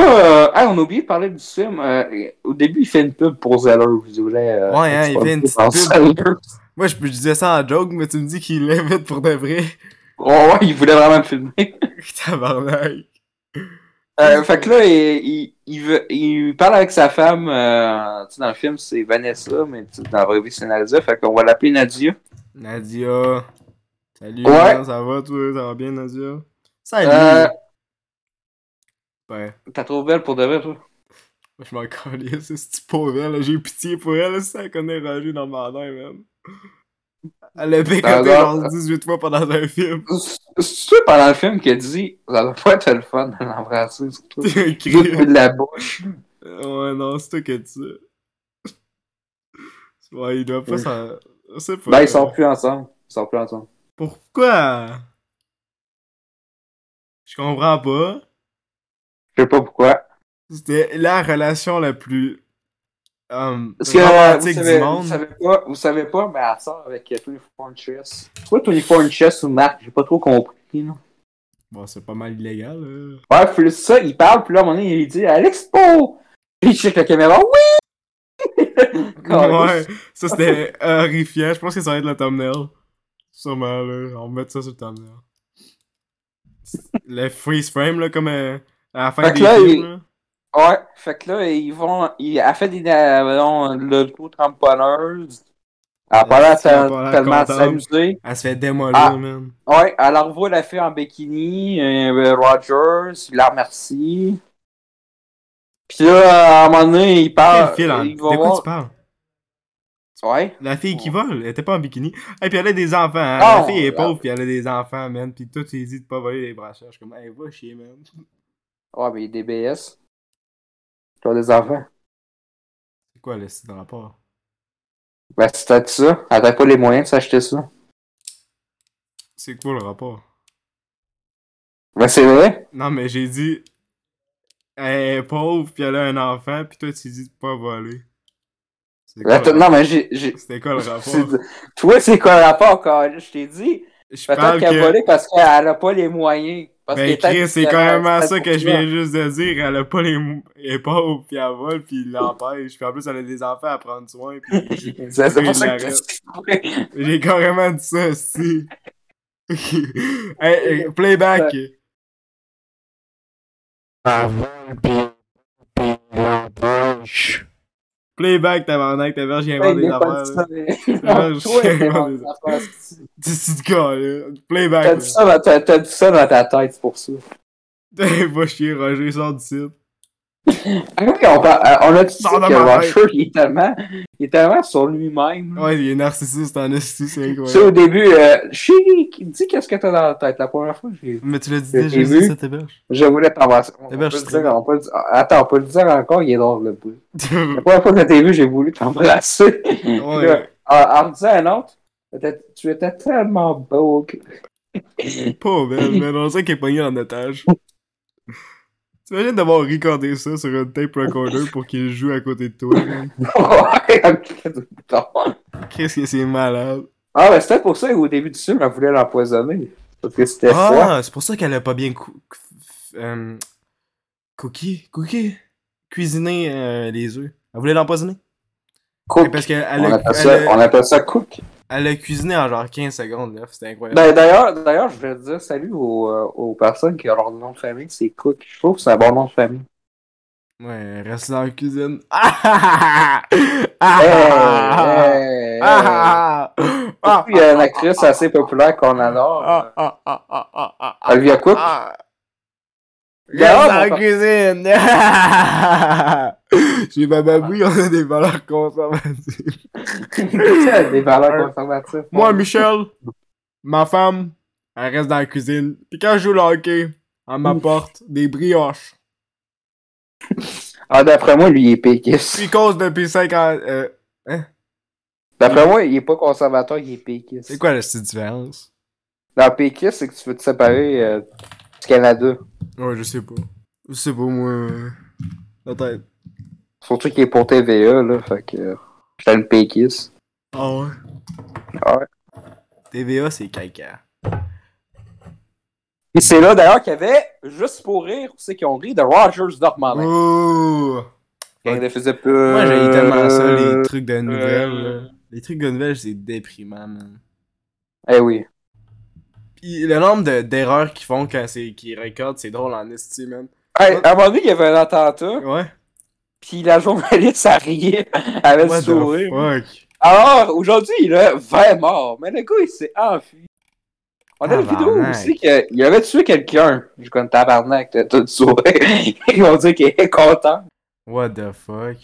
euh, ah, on a oublié de parler du film. euh, au début, il fait une pub pour Zeller. Vous voulez, euh,
Ouais, hein, il fait une petite
en
pub.
Zeller.
Moi, je, je disais ça en joke, mais tu me dis qu'il l'invite pour de vrai.
Ouais, ouais, il voulait vraiment me filmer.
Tabarnak.
Euh, fait que là, il, il, il veut- il parle avec sa femme. euh, tu sais, dans le film, c'est Vanessa, mais tu sais, dans la vraie vie, c'est Nadia. Fait qu'on va l'appeler Nadia.
Nadia. Salut,
Ouais.
man, ça va, toi? Ça va bien, Nadia? Ça,
Euh,
lui. Ouais.
T'as trop belle pour de vrai, toi.
Moi, je m'en calais, c'est ce pauvre, elle. J'ai eu pitié pour elle, ça elle connaît Roger dans ma main, même. Elle a
Ah,
pécoté
non.
genre 18 fois pendant un film.
C'est toi pendant le film qui a dit Ça va pas être le fun de l'embrasser, surtout.
T'as un cri.
de la bouche.
Ouais, non, c'est toi qui as dit ça. Ouais, il doit pas
Euh.
s'en. Je sais pas.
Ben, ils sont plus ensemble. Ils sont plus ensemble.
Pourquoi? Je comprends pas.
Je sais pas pourquoi.
C'était la relation la plus. hum,
Parce que euh, vous,
romantique
savez,
du
vous
monde.
savez pas, vous savez pas, mais elle sort avec euh, Tony Fortress. C'est quoi Tony Fortress ou Marc J'ai pas trop compris. Là.
Bon, c'est pas mal illégal. là.
Ouais, puis ça, il parle, puis là, à un moment donné, il dit à l'expo Puis il check la caméra. Oui
Ouais, ça c'était horrifiant. Je pense que ça va être le thumbnail. Sûrement, là. On va mettre ça sur le thumbnail. Le freeze frame, là, comme euh, à la fin
Fait que
des
là,
films,
il-
là.
Ouais, fait que là, ils vont. Il a fait des. Euh, non, l'auto-tramponneuse. Elle a pas
Ouais,
l'air
elle a pas
te-
l'air
tellement
contente.
s'amuser.
Elle se fait démolir,
Ah.
man.
Ouais, elle la revoit la fille en bikini, euh, Rogers, il la remercie. Puis là, à un moment donné, il
Quel
parle.
fil, hein?
Ah, il
De
va
quoi
voir-
tu parles?
Ouais.
La fille qui vole, elle était pas en bikini. Et puis elle a des enfants, hein.
Ah,
la fille est
la-
pauvre, puis elle a des enfants, man. Puis tout, ils dit de pas voler les brasseurs. Je suis comme, hey, va chier, man.
Ouais, mais il est DBS. Tu as des enfants.
C'est quoi le site de rapport?
Ben, si t'as dit ça, elle t'as pas les moyens de s'acheter ça.
C'est quoi le rapport?
Ben, c'est vrai.
Non, mais j'ai dit, elle est pauvre, puis elle a un enfant, puis toi, tu dis de pas voler. C'est quoi
Là,
le
Ben, t'as- non, mais j'ai. j'ai-
rapport? C'était quoi le rapport?
c'est- Tu vois, c'est quoi le rapport quand je t'ai dit?
Je
Peut-être
parle
qu'elle a
que.
volé parce qu'elle a pas les moyens. Parce
Ben,
que peut-être
Chris, c'est
que-
quand même
peut-être
ça
pour
que je viens juste de dire. Elle a pas les mou- elle est pauvre, puis elle vole, puis il l'empêche. Puis en plus, elle a des enfants à prendre soin, puis.
C'est c'est pour
Il
ça que
l'arrête.
t'as dit.
J'ai carrément dit ça aussi. hey, hey, playback. Playback, tabarnak, ta verge, j'invente des affaires. là. Non, je sais pas des
T'as
Tu te gars, là. Playback.
dit ça dans ta- t'as dit ça dans ta tête, c'est pour ça.
là. Va chier, Roger, sort du site.
Quand on, parle- euh, on a dit
Sors de
que
ma
Roger, il est tellement, il est tellement sur lui-même.
Ouais, il est narcissiste en esti, c'est
Tu sais,
incroyable.
au début, euh, chérie, dis qu'est-ce que t'as dans la tête. La première fois, j'ai-
Mais tu l'as dit
J'ai
déjà,
vu.
ça, ta verge.
je voulais t'embrasser. On
Eh
peut
ben,
le
je suis
dire, on peut le dire- Attends, on peut le dire encore, il est drôle le bout. La
ouais.
première fois que t'es vu, j'ai voulu t'embrasser. Là, en, en me disant à un autre, t'étais- tu étais tellement beau que.
Pas belle, mais on sait qu'il est pogné en otage. T'imagines d'avoir recordé ça sur un tape recorder pour qu'il joue à côté de toi. man.
Ouais, ok,
Qu'est-ce que c'est malade.
Ah, ben c'était pour ça qu'au début du film, elle voulait l'empoisonner. Parce que c'était froid.
Ah, c'est pour ça qu'elle a pas bien cou- cou- f- euh, cookie, cookie, cuisiné euh, les œufs. Elle voulait l'empoisonner.
Cook.
Parce qu'elle a,
on, appelle
elle
ça,
a-
on appelle ça cook.
elle a cuisiné en genre 15 secondes, là. C'était incroyable.
Ben, D'ailleurs, d'ailleurs, je voulais dire salut aux, euh, aux personnes qui ont leur nom de famille, c'est Cook. Je trouve que c'est un bon nom de famille.
Ouais, reste dans la cuisine. Ah ah ah
Eh,
ah ah
Hey, hey,
ah ah ah
Puis, eh, il y a une actrice assez populaire qu'on adore,
ah ah ah ah ah ah
Olivia Cook.
ah.
D'ailleurs,
Reste dans la
mon-
cuisine. Ah, ah, ah. Chez Bababoui, on a des valeurs conservatives.
des valeurs
Un-
conservatives.
Moi, Michel, ma femme, elle reste dans la cuisine. Puis quand je joue le hockey, elle m'apporte des brioches.
Ah, d'après moi, lui, il est péquiste.
Puis cause depuis 5 ans. euh,
D'après moi, il est pas conservateur, il est péquiste.
c'est quoi la petite différence?
Dans péquiste, c'est que tu veux te séparer euh, du Canada.
Ouais, je sais pas. Je sais pas, moi. euh, La tête.
Surtout qu'il est pour TVA, là, fait que... euh, J'étais le péquiste.
Ah ouais?
Ah ouais.
TVA, c'est caca.
Et c'est là, d'ailleurs, qu'il y avait, juste pour rire, c'est qu'ils ont ri de Rogers Dormandin.
Ouh!
Quand il faisait
Moi, j'ai
Euh,
tellement ça, les trucs de
euh.
nouvelles. là. Les trucs de nouvelles, c'est déprimant, man.
Eh oui.
Puis le nombre de- d'erreurs qu'ils font quand c'est qu'ils recordent, c'est drôle en esti, man.
Hey, à un moment donné, il y avait un attentat,
Ouais.
puis la journaliste, ça riait avec le
What the
sourire.
fuck?
Alors, aujourd'hui, il a 20 morts, mais le gars, il s'est enfui. On a une vidéo
Tabarnak.
aussi qu'il il avait tué quelqu'un. Je suis comme tabarnak, t'as tout sourire. Ils vont dire qu'il est content.
What the fuck?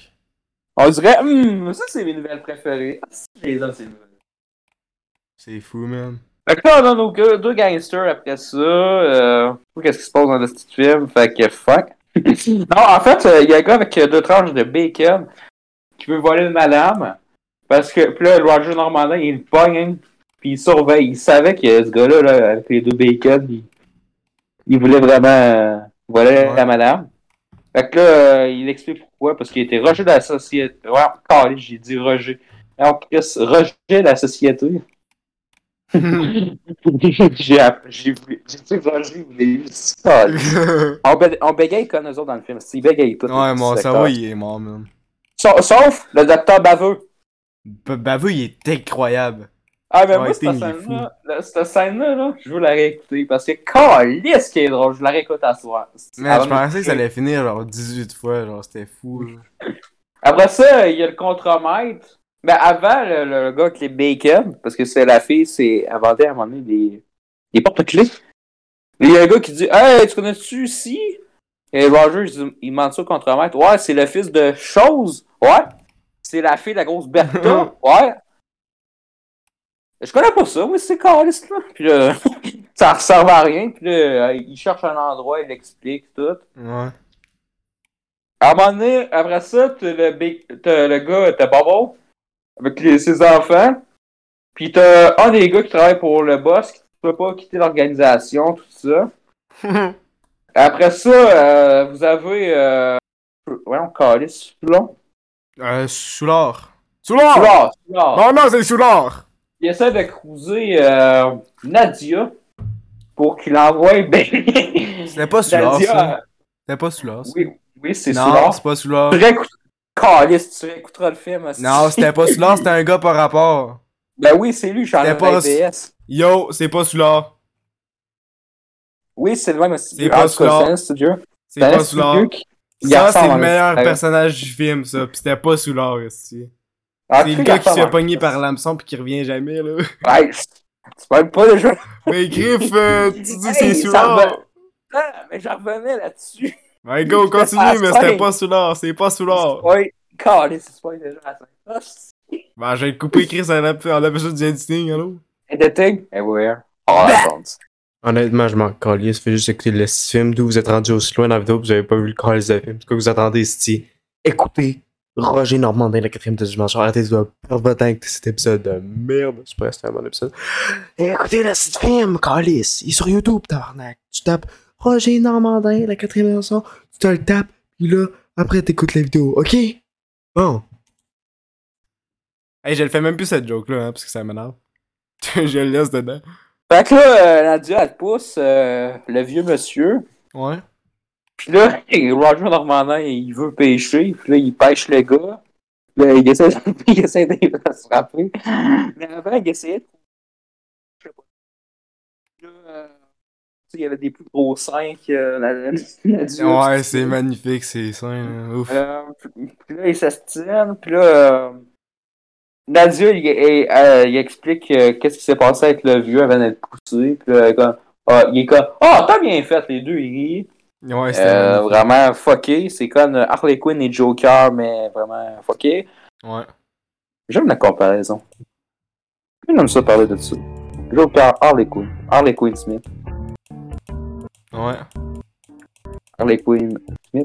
On dirait, hum, ça c'est mes nouvelles préférées. Ah, si, je les aime, ces nouvelles.
C'est fou, man.
Fait que là, on a nos gars- deux gangsters après ça. Euh, je sais pas qu'est-ce qui se passe dans le petit film. Fait que fuck. non, en fait, euh, il y a un gars avec euh, deux tranches de bacon qui veut voler une madame. Parce que, puis là, Roger Normandin, il le pogne, hein, puis il surveille. Il savait que ce gars-là, là, avec les deux bacon, il, il voulait vraiment euh, voler
Ouais.
la madame. Fait que là, euh, il explique pourquoi. Parce qu'il était rejeté de la société. Ouais, calé, j'ai dit rejet. Alors, Chris, rejet de la société. j'ai app- j'ai vu, j'ai dit Roger, vous l'avez vu, ça.
ouais,
On, bé- on bégaye comme eux autres dans le film. Ils bégayent tout. les petits
mon
acteurs.
cerveau, il est mort, man.
Sa- Sauf le docteur baveux.
B- Baveux, il est incroyable.
Ah, mais
Ouais,
moi,
Ting,
cette
il est
scène-là, la- cette scène-là, là, je veux la réécouter parce que, calisse qui est drôle, je la réécoute à soir. Ah,
Man,
Avant
je
de-
pensais que ça allait finir genre 18 fois, genre c'était fou. là.
Après ça, il y a le contremaître. Mais avant, le, le gars avec les bacon, parce que c'est la fille, c'est elle vendait à un moment donné des, des porte-clés. Il y a un gars qui dit Hey, tu connais-tu si Et Roger, il, dit- il ment ça au contremaître Ouais, c'est le fils de Chose. Ouais. C'est la fille de la grosse Bertha. ouais. Je connais pas ça, oui, c'est caliste, là. Puis là, ça ressemble à rien. Puis là, il cherche un endroit, il l'explique, tout.
Ouais.
À un moment donné, après ça, t'as le, big- t'as le gars, t'as Bobo, avec les- ses enfants. Puis t'as un des gars qui travaille pour le boss, qui peut pas quitter l'organisation, tout ça. Après ça, euh, vous avez... Euh... Ouais, on calisse, Soulon.
euh, Soulard. Soulard!
Soulard, Soulard.
Non, non, c'est Soulard!
Il essaie de cruiser euh, Nadia pour qu'il envoie Ben.
C'était pas Soulard, ça.
Nadia,
C'était pas Soulard. ça.
oui, oui c'est
Non,
Soulard.
c'est pas Soulard.
Tu réécoutes- Calisse, tu réécouteras le film. aussi.
Non, c'était pas Soulard, c'était un gars par rapport.
Ben oui, c'est lui, j'en ai
C'était pas-
pas PS.
Yo, c'est pas Soulard.
Oui, c'est le même aussi. Ah,
C'est pas Soulard.
C'est un studio.
C'est
Ben, C'est hein. un
pas Soulard.
studio qui. il
Ça,
ressemble
c'est
à
le
un-
meilleur
à-
personnage du film, ça. Pis c'était pas Soulard, esti.
Ah,
C'est
tu
le
sais,
gars
il
qui se
ressemble à-
fait pogner par l'hameçon pis qui revient jamais, là.
Ouais, tu parles pas de jeu.
Mais Griff, euh, tu dis que c'est
Hey, ça
Soulard.
revient. Ah, mais j'en revenais là-dessus.
Ouais, go, continue,
Ah,
mais c'était
sorry.
pas Soulard, c'est pas Soulard.
Oui, calé, c'est pas déjà à cinq. Ah, c'est-
Ben, j'ai coupé Chris en appel- en episode du editing, allô?
Et de thing?
Eh
Everywhere. All at
Honnêtement, je m'en calais. Ça fait juste écouter le film. D'où vous êtes rendu aussi loin dans la vidéo, vous avez pas vu le call de film. Ce que vous attendez, c'est écoutez Roger Normandin, la quatrième de dimension. Arrêtez de perdre votre temps avec cet épisode de merde. C'est pas c'était un bon épisode. Et écoutez le film, Calis. Il est sur YouTube, tabarnak. Tu tapes Roger Normandin, la quatrième dimension. Tu te le tapes, puis là, après, t'écoutes la vidéo, ok? Bon.
Hey, je le fais même plus cette joke-là, hein, parce que ça m'énerve. je le laisse dedans.
Fait que là, euh, Nadia, elle pousse euh, le vieux monsieur.
Ouais.
Puis là, Roger Normandin, il veut pêcher. Puis là, il pêche le gars. Là, il essaie, il essaie de de se frapper. Mais avant, il essayait de. Je sais pas. Là, euh, tu sais, il y avait des plus gros seins que la, la- la du-
Ouais, c'est magnifique, c'est ça, là. Ouf.
Euh, puis puis là, ils s'astinent. Puis là, euh, Nadia, il, il- euh, il explique euh, qu'est-ce qui s'est passé avec le vieux avant d'être poussé. Puis là, comme, ah, il est comme, ah, t'as bien fait, les deux, ils rient.
Ouais, c'était
Euh,
magnifique.
vraiment fucké. C'est comme euh, Harley Quinn et Joker, mais vraiment fucké.
Ouais.
J'aime la comparaison. J'aime ça parler de ça. Joker, Harley Quinn. Harley Quinn Smith.
Ouais.
Harley Quinn.
Ouais.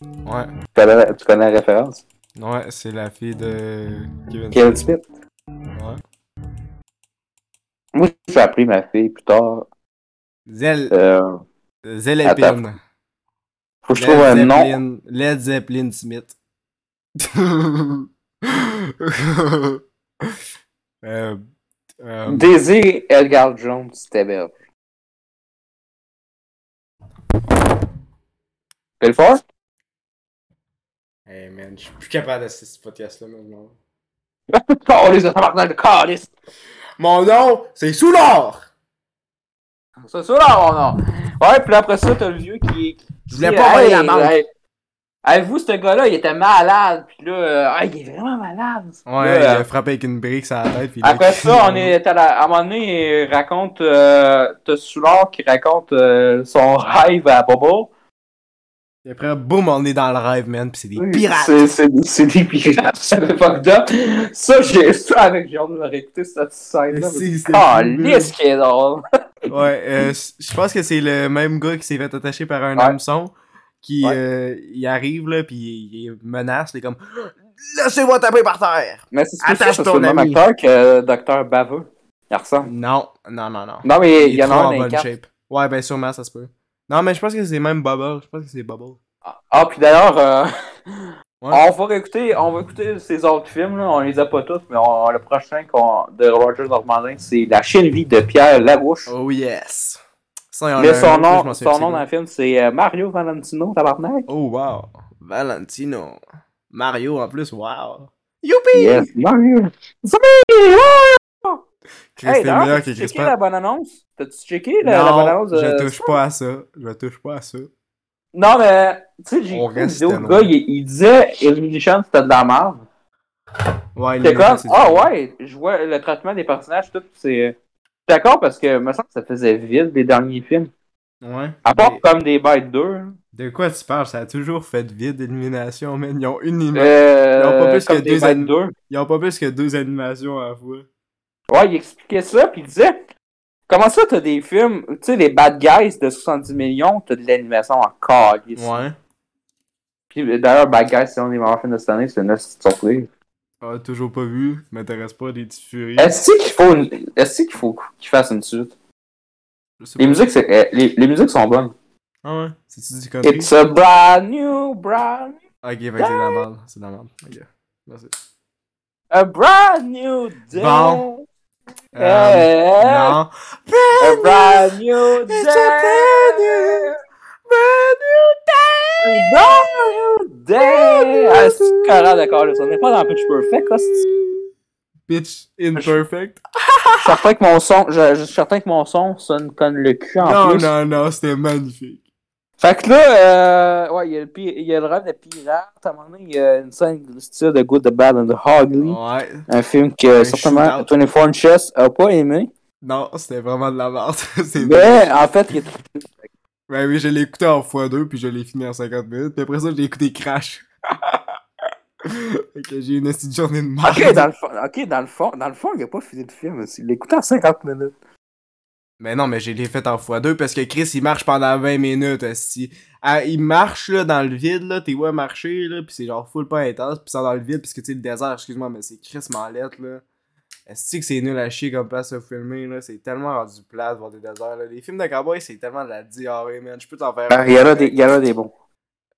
Tu connais, tu connais la référence?
Ouais, c'est la fille de Kevin.
Kevin Smith.
Ouais.
Moi, j'ai appris ma fille plus tard.
Zell.
Euh,
Zelepin.
faut que je trouve un nom.
Led Zeppelin Smith. euh, euh,
Daisy Edgar Jones, c'était belle. Belle fort?
Hey man, je suis plus capable d'assister à ce podcast-là maintenant.
Calice, ça marche dans le calice!
Mon nom, c'est Soulard!
C'est ça, là, non? Ouais, puis là, après ça, t'as le vieux qui.
Je voulais pas voler la banque.
Hey, vous, ce gars-là, il était malade. Puis là, euh, ah, il est vraiment malade.
Ouais,
Là,
il a frappé avec une brique sur la tête. Puis il a
Après
crié. hein.
ça, on est à, la- à un moment donné, il raconte, euh, t'as Soulard qui raconte euh, son rêve à Bobo.
Et après, boum, on est dans le rêve, man. Puis c'est des pirates.
C'est- C'est c'est des pirates, ça me fucked up. Ça, j'ai ça avec j'ai hâte de le réécouter cette scène-là.
C'est- c'est-
Ah, lisse qui est drôle.
Ouais, euh, c- je pense que c'est le même gars qui s'est fait attacher par un
Ouais.
hameçon. Qui
Ouais.
euh, il arrive, là, puis il, il menace. Il est comme Laissez-moi taper par terre.
Mais c'est spécial,
Attache
parce que c'est
ton
le même
ami.
acteur que euh, Docteur Baveux. Il ressemble.
Non, non, non, non.
Non, mais il y
est
en a
trop
un dans les quatre.
shape. Ouais, ben sûrement, ça se peut. Non, mais je pense que c'est même Bubble. Je pense que c'est Bubble.
Ah, puis d'ailleurs, euh,
Ouais.
on va réécouter, on va écouter ces autres films, là. on les a pas tous, mais on- le prochain qu'on- de Roger Normandin, c'est La chienne vie de Pierre Larouche.
Oh yes. Ça, il y en
mais
a un
son
autre, je
nom,
m'en souviens
son
plus
nom
c'est
dans le film, c'est euh, Mario Valentino, tabarnak.
quoi. Oh wow. Valentino. Mario en plus, wow. Youpi!
Yes, Mario.
Chris,
Hey,
t'es le meilleur
d'ailleurs,
qui
t'as-tu
Chris
checké
Pratt.
la bonne annonce? T'as-tu checké la, la
Non,
bonne annonce? de-
je touche pas à ça. Je touche pas à ça.
Non, mais, tu sais, j'ai
On
écouté une
reste
vidéo, le
alone.
gars, il, il disait, Elie Chan, c'était de la merde.
Ouais, il
J'étais
l'a
comme,
fait, c'est
ah
du-
ouais, je vois le traitement des personnages, tout, c'est. euh, D'accord, parce que, me semble que ça faisait vide les derniers films.
Ouais.
À part
Mais
comme des Bites 2. hein.
De quoi tu parles? Ça a toujours fait vide, élimination, man. Ils ont une ima-
Euh,
Ils ont pas plus
comme
que
des
deux
Bites
années.
2.
Ils ont pas plus que deux animations à la fois.
Ouais, il expliquait ça, puis il disait Comment ça, t'as des films, tu sais, les Bad Guys de 70 millions, t'as de l'animation en calice. Puis d'ailleurs, Bad Guys, c'est un des meilleurs films de cette année, c'est une hostie de surprise.
Ah, toujours pas vu. M'intéresse pas, les petits furies.
Est-ce qu'il faut, une... est-ce qu'il faut qu'ils fassent une suite
Je sais
Les
pas.
musiques, c'est- euh, les, les musiques sont bonnes.
Ah ouais? C'est-tu du country?
It's a brand new, brand new,
Ok, fait que c'est de la merde. C'est de la merde. Ok. Merci.
a brand new day.
Bon.
Eh,
Euh, non.
A brand new day.
It's a brand new- brand
A brand new day. Ah, c'est du coran d'accord, là. On n'est pas dans Pitch Perfect, là. c'est-
new- Bitch imperfect.
Je suis certain que mon son, je, je suis certain que mon son sonne comme le cul en
Non,
plus.
non, non, c'était magnifique.
Fait que là, euh, ouais, il y a le pi- il y a le rêve de pirate. À un moment donné, il y a une scène du style de Good, the Bad and the Ugly.
Ouais.
Un film que
Oh. Un
certainement
shootout.
24 Chess a pas aimé.
Non, c'était vraiment de la merde. c'est
Mais en fait, il est
Ben oui, je l'ai écouté en x2, puis je l'ai fini en 50 minutes. Puis après ça, je l'ai écouté crash. fait que j'ai eu une petite journée de merde.
Ok, dans le fond, ok, dans le fond, dans le fond, il a pas fini de film. Il l'écoutait en 50 minutes.
Mais non, mais je l'ai fait en x2 parce que Chris, il marche pendant 20 minutes, esti. Ah, il marche, là, dans le vide, là, t'es ouais marcher, là, pis c'est genre full pas intense, pis ça dans le vide, parce que, tu sais, le désert, excuse-moi, mais c'est Chris Mallette, là. Esti que c'est nul à chier comme place à filmer, là, c'est tellement rendu plat de voir des déserts, là. Les films de cowboy, c'est tellement de la diarrhée, man, je peux t'en faire...
Ben, il y en a des, il y en a des bons.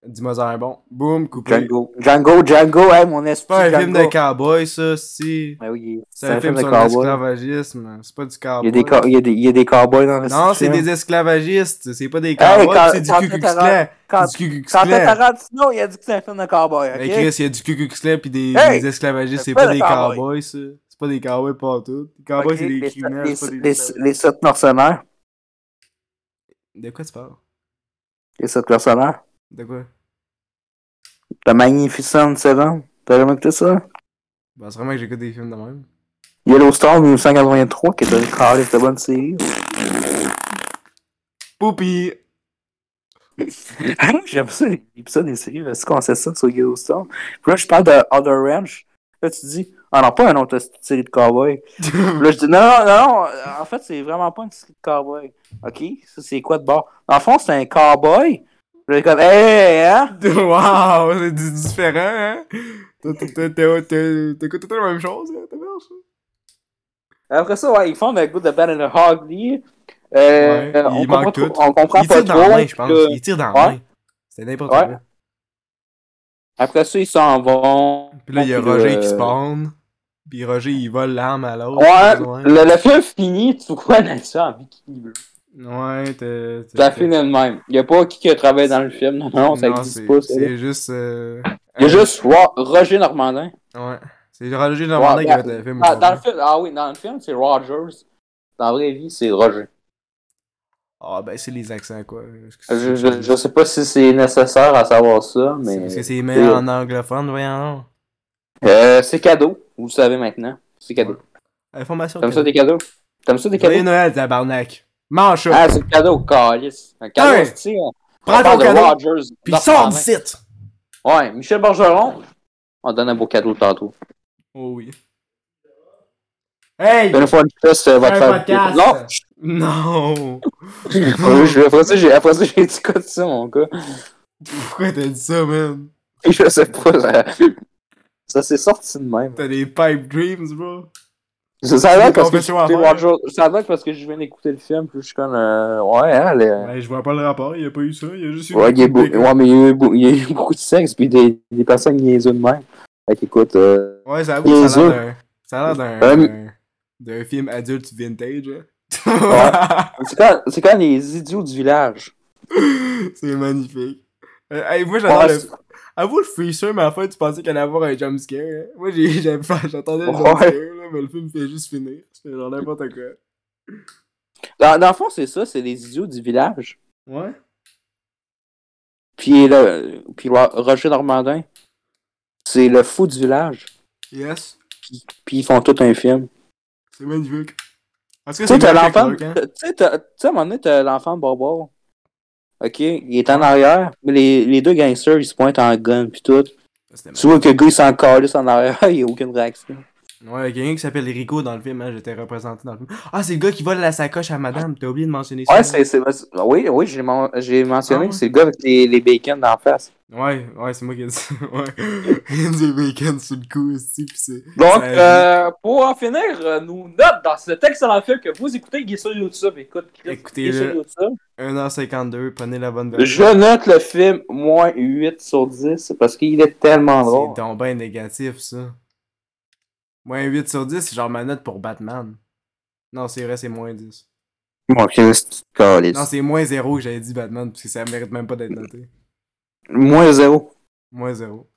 Dis-moi ça un bon. Boum, coupé.
Django, Django, Django, hey, mon
C'est pas
esprit.
un film
Django.
de cowboy, ça, si.
Ben oui,
C'est un, film, sur l'esclavagisme. C'est pas du
Il y
cowboy.
a des, co- il y a des, il y a des cowboys dans le
Non, c'est
film.
des esclavagistes. C'est pas des
Hey,
cowboys,
Ah quand-
c'est du
quand
Ku Klux
t'as-
Klan.
Quand,
C'est du Ku Klux
quand t'as
Klan.
Tarantino, il a dit que c'est un film de cowboy, ok?
Mais Ben, Chris, il y a du Ku Klux Klan pis des,
Hey,
des esclavagistes.
c'est
C'est
pas
pas,
des
des
cowboys.
cowboys, ça. C'est pas des cowboys partout. Les cowboys,
Ok,
c'est des
les-
criminels.
les-
c'est pas des
les-
esclavagistes.
Les sept mercenaires.
De quoi tu parles
Les sept mercenaires.
De quoi
The Magnificent Seven. T'as jamais écouté ça?
Ben, c'est vraiment que j'écoute des films de même.
Yellowstone 1983, qui est une calice de bonne série.
Poupi
Ah, moi, J'aime ça, les épisodes des séries, parce qu'on sait ça sur Yellowstone. Puis là, je parle de Other Ranch. Là, tu dis, ah non, pas une autre série de cowboy. Puis là, je dis, non, non, non, non, en fait, c'est vraiment pas une série de cowboy. Ok, ça, c'est quoi de bord? En fond, c'est un cowboy. Puis là, il est comme, hé, hein?
Waouh, c'est du- différent, hein T'as- t'as- t'as- t'as- t'as- T'écoutes tout la même chose, hein, t'as marche
Après ça, ouais, ils font le goût de Ben and Hardly.
Ouais,
Euh,
il
on,
manque
comprend
tout.
trop- on comprend
Il
pas
tire dans la
trop.
main, je pense.
que-
Il tire dans
Ouais.
la main. C'était n'importe
Ouais.
quoi.
Après ça, ils s'en vont.
Puis là, il y a
Puis,
Roger
euh,
qui spawn. Puis Roger, il vole l'arme à l'autre.
Ouais,
Ouais,
le, le film finit, tu vois, là-dessus en bikini bleu.
ouais t'es. t'es-
La fin est de même. Il n'y a pas qui qui a travaillé dans le film. Non, non, ça
Non,
n'existe
c'est-
pas. ça.
C'est juste. euh,
Il y a
euh,
juste Ro- Roger Normandin.
Ouais. C'est Roger Normandin
Ouais,
qui a fait le film.
Ah, dans le film, ah oui, dans le film, c'est Rogers. Dans la vraie vie, c'est Roger.
Ah, ben, c'est les accents, quoi.
Je, je, je sais pas si c'est nécessaire à savoir ça,
C'est
mais
parce que c'est meilleur en anglophone, voyons.
Euh, c'est cadeau. Vous le savez maintenant. C'est cadeau.
Information.
T'aimes ça des cadeaux? T'aimes ça des
Joyeux
cadeaux?
Noël, tabarnak. Mange ça.
Ah, c'est le cadeau, calice. Un
Hey!
cadeau, tu sais. on-
Prends
on
ton
parle de
cadeau,
Rogers.
puis
Non, ah,
sors
quand
du
même.
site.
Ouais, Michel Bergeron. On donne un beau cadeau tantôt.
Oh oui. Hey!
Une fois de plus, euh, va te
Un
faire.
podcast.
Non!
Non!
Oui, je- Après ça, j'ai après ça, j'ai dit quoi de ça, mon gars?
Pourquoi t'as dit ça, man?
Je sais pas. Ça, ça s'est sorti de même.
T'as des pipe dreams, bro.
Ça, ça a l'air
Des
Ah parce que j'ai
confessions à
écouté
faire.
Rogers. Ça a l'air parce que je viens d'écouter le film, puis je suis comme. euh, Ouais, hein, les-
Ouais, je vois pas le rapport, il y a pas eu ça, il y a juste eu.
Ouais, il y a beau-
Ouais,
ouais, mais il y a eu, beau- il y a eu beaucoup de sexe, puis des, des personnes niaiseuses de même. Fait qu'écoute, euh,
ça a l'air
Bien sûr.
d'un. Ça a l'air d'un.
Euh,
d'un- d'un film adulte vintage, hein.
c'est quand, c'est quand les idiots du village.
C'est magnifique. Euh, hey, moi j'adore
Ouais,
le.
c'est-
Avoue, je suis sûr, mais à la fin, tu pensais qu'il allait avoir un jumpscare. Hein? Moi, j'ai- j'ai- j'attendais le
Ouais.
jumpscare, là, mais le film fait juste finir. C'est genre n'importe quoi.
dans, dans le fond, c'est ça, c'est les idiots du village.
Ouais?
Puis, là, puis Ro- Roger Normandin, c'est le fou du village.
Yes.
Puis ils font tout un film.
C'est magnifique. Parce que
Tu sais, t'as
Michael
l'enfant.
Clarke, hein?
Tu sais, t'as- tu sais, à un moment donné, t'as l'enfant de Barbara. Ok, il est en arrière, mais les, les deux gangsters, ils se pointent en gun, puis tout.
Ah, C'était
Tu vois que le gars, il s'en calisse en arrière, il n'y a aucune réaction.
Ouais, il y a quelqu'un qui s'appelle Rico dans le film, hein, j'étais représenté dans le film. Ah, c'est le gars qui vole la sacoche à madame, t'as oublié de mentionner ça. hein?
Ouais, c'est, c'est- ben oui, oui, j'ai, men- j'ai mentionné
Ah ouais.
que c'est le gars avec les, les bacon d'en face.
Ouais, ouais, c'est moi qui ai dit ça. Ouais. Il y a du bacon sur le cou aussi, pis c'est.
Donc,
Ça
euh, pour en finir, euh, nos notes dans cet excellent film que vous écoutez, il est sur YouTube. Écoute, Chris, il est sur
Écoutez-le.
YouTube.
1h52, prenez la bonne version.
Je note le film moins 8 sur 10 parce qu'il est tellement drôle.
C'est donc bien négatif, ça. Moins 8 sur 10, c'est genre ma note pour Batman. Non, c'est vrai, c'est moins 10.
Mon Christ, tu te calisses.
Non, c'est moins 0 que j'avais dit Batman, parce que ça mérite même pas d'être noté.
Moins 0.
Moins 0.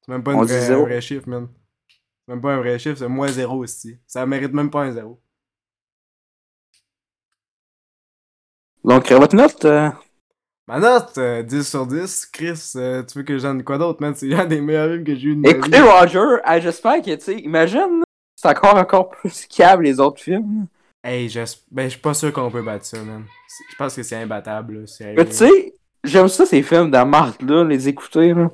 C'est même pas
On
une
dit
vraie- un
zéro.
vrai chiffre, man. C'est même pas un vrai chiffre, c'est moins 0 aussi. Ça mérite même pas un 0.
Donc, euh, votre note, euh,
Ma note, euh, 10 sur 10. Chris, euh, tu veux que j'en ai quoi d'autre, man? C'est l'un des meilleurs films que j'ai eu de ma vie.
écoutez Roger, hey, j'espère que, tu sais, imagine, c'est encore, encore plus câble les autres films.
Hey, je... ben, je suis pas sûr qu'on peut battre ça, man. C'est- Je pense que c'est imbattable, là. c'est-
Mais tu sais, j'aime ça ces films de marque là, les écouter. Là.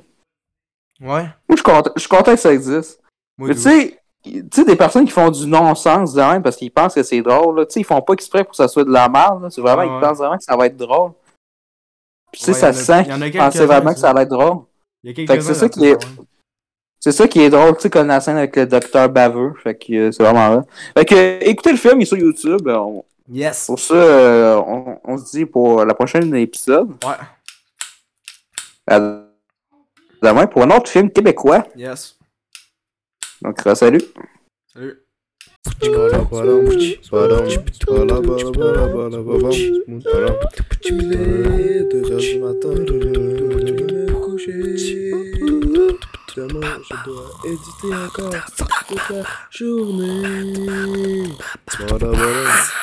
Ouais.
Moi, je suis content- je suis content que ça existe.
Moi,
Mais
d'où-
tu sais, tu sais, des personnes qui font du non-sens de même parce qu'ils pensent que c'est drôle, là, tu sais, ils font pas exprès pour que ça soit de la merde, là. c'est vraiment,
Ah ouais.
ils pensent vraiment que ça va être drôle. Puis tu sais,
Ouais,
ça
y en a-
se
y
sent
en a
qu'ils
quelques-uns,
pensaient vraiment que
ça.
ça allait être drôle.
Il y a quelques
fait que c'est ça qui est- C'est ça qui est drôle, tu sais, comme la scène avec le docteur baveux, fait que euh, c'est vraiment vrai. Fait que, euh, écoutez le film, il est sur YouTube, euh, on-
Yes!
pour ça, euh, on, on se dit pour la prochaine épisode,
Ouais.
à demain pour un autre film québécois,
Yes.
donc euh, salut!
Salut.
éditer encore toute la journée. Voilà, voilà.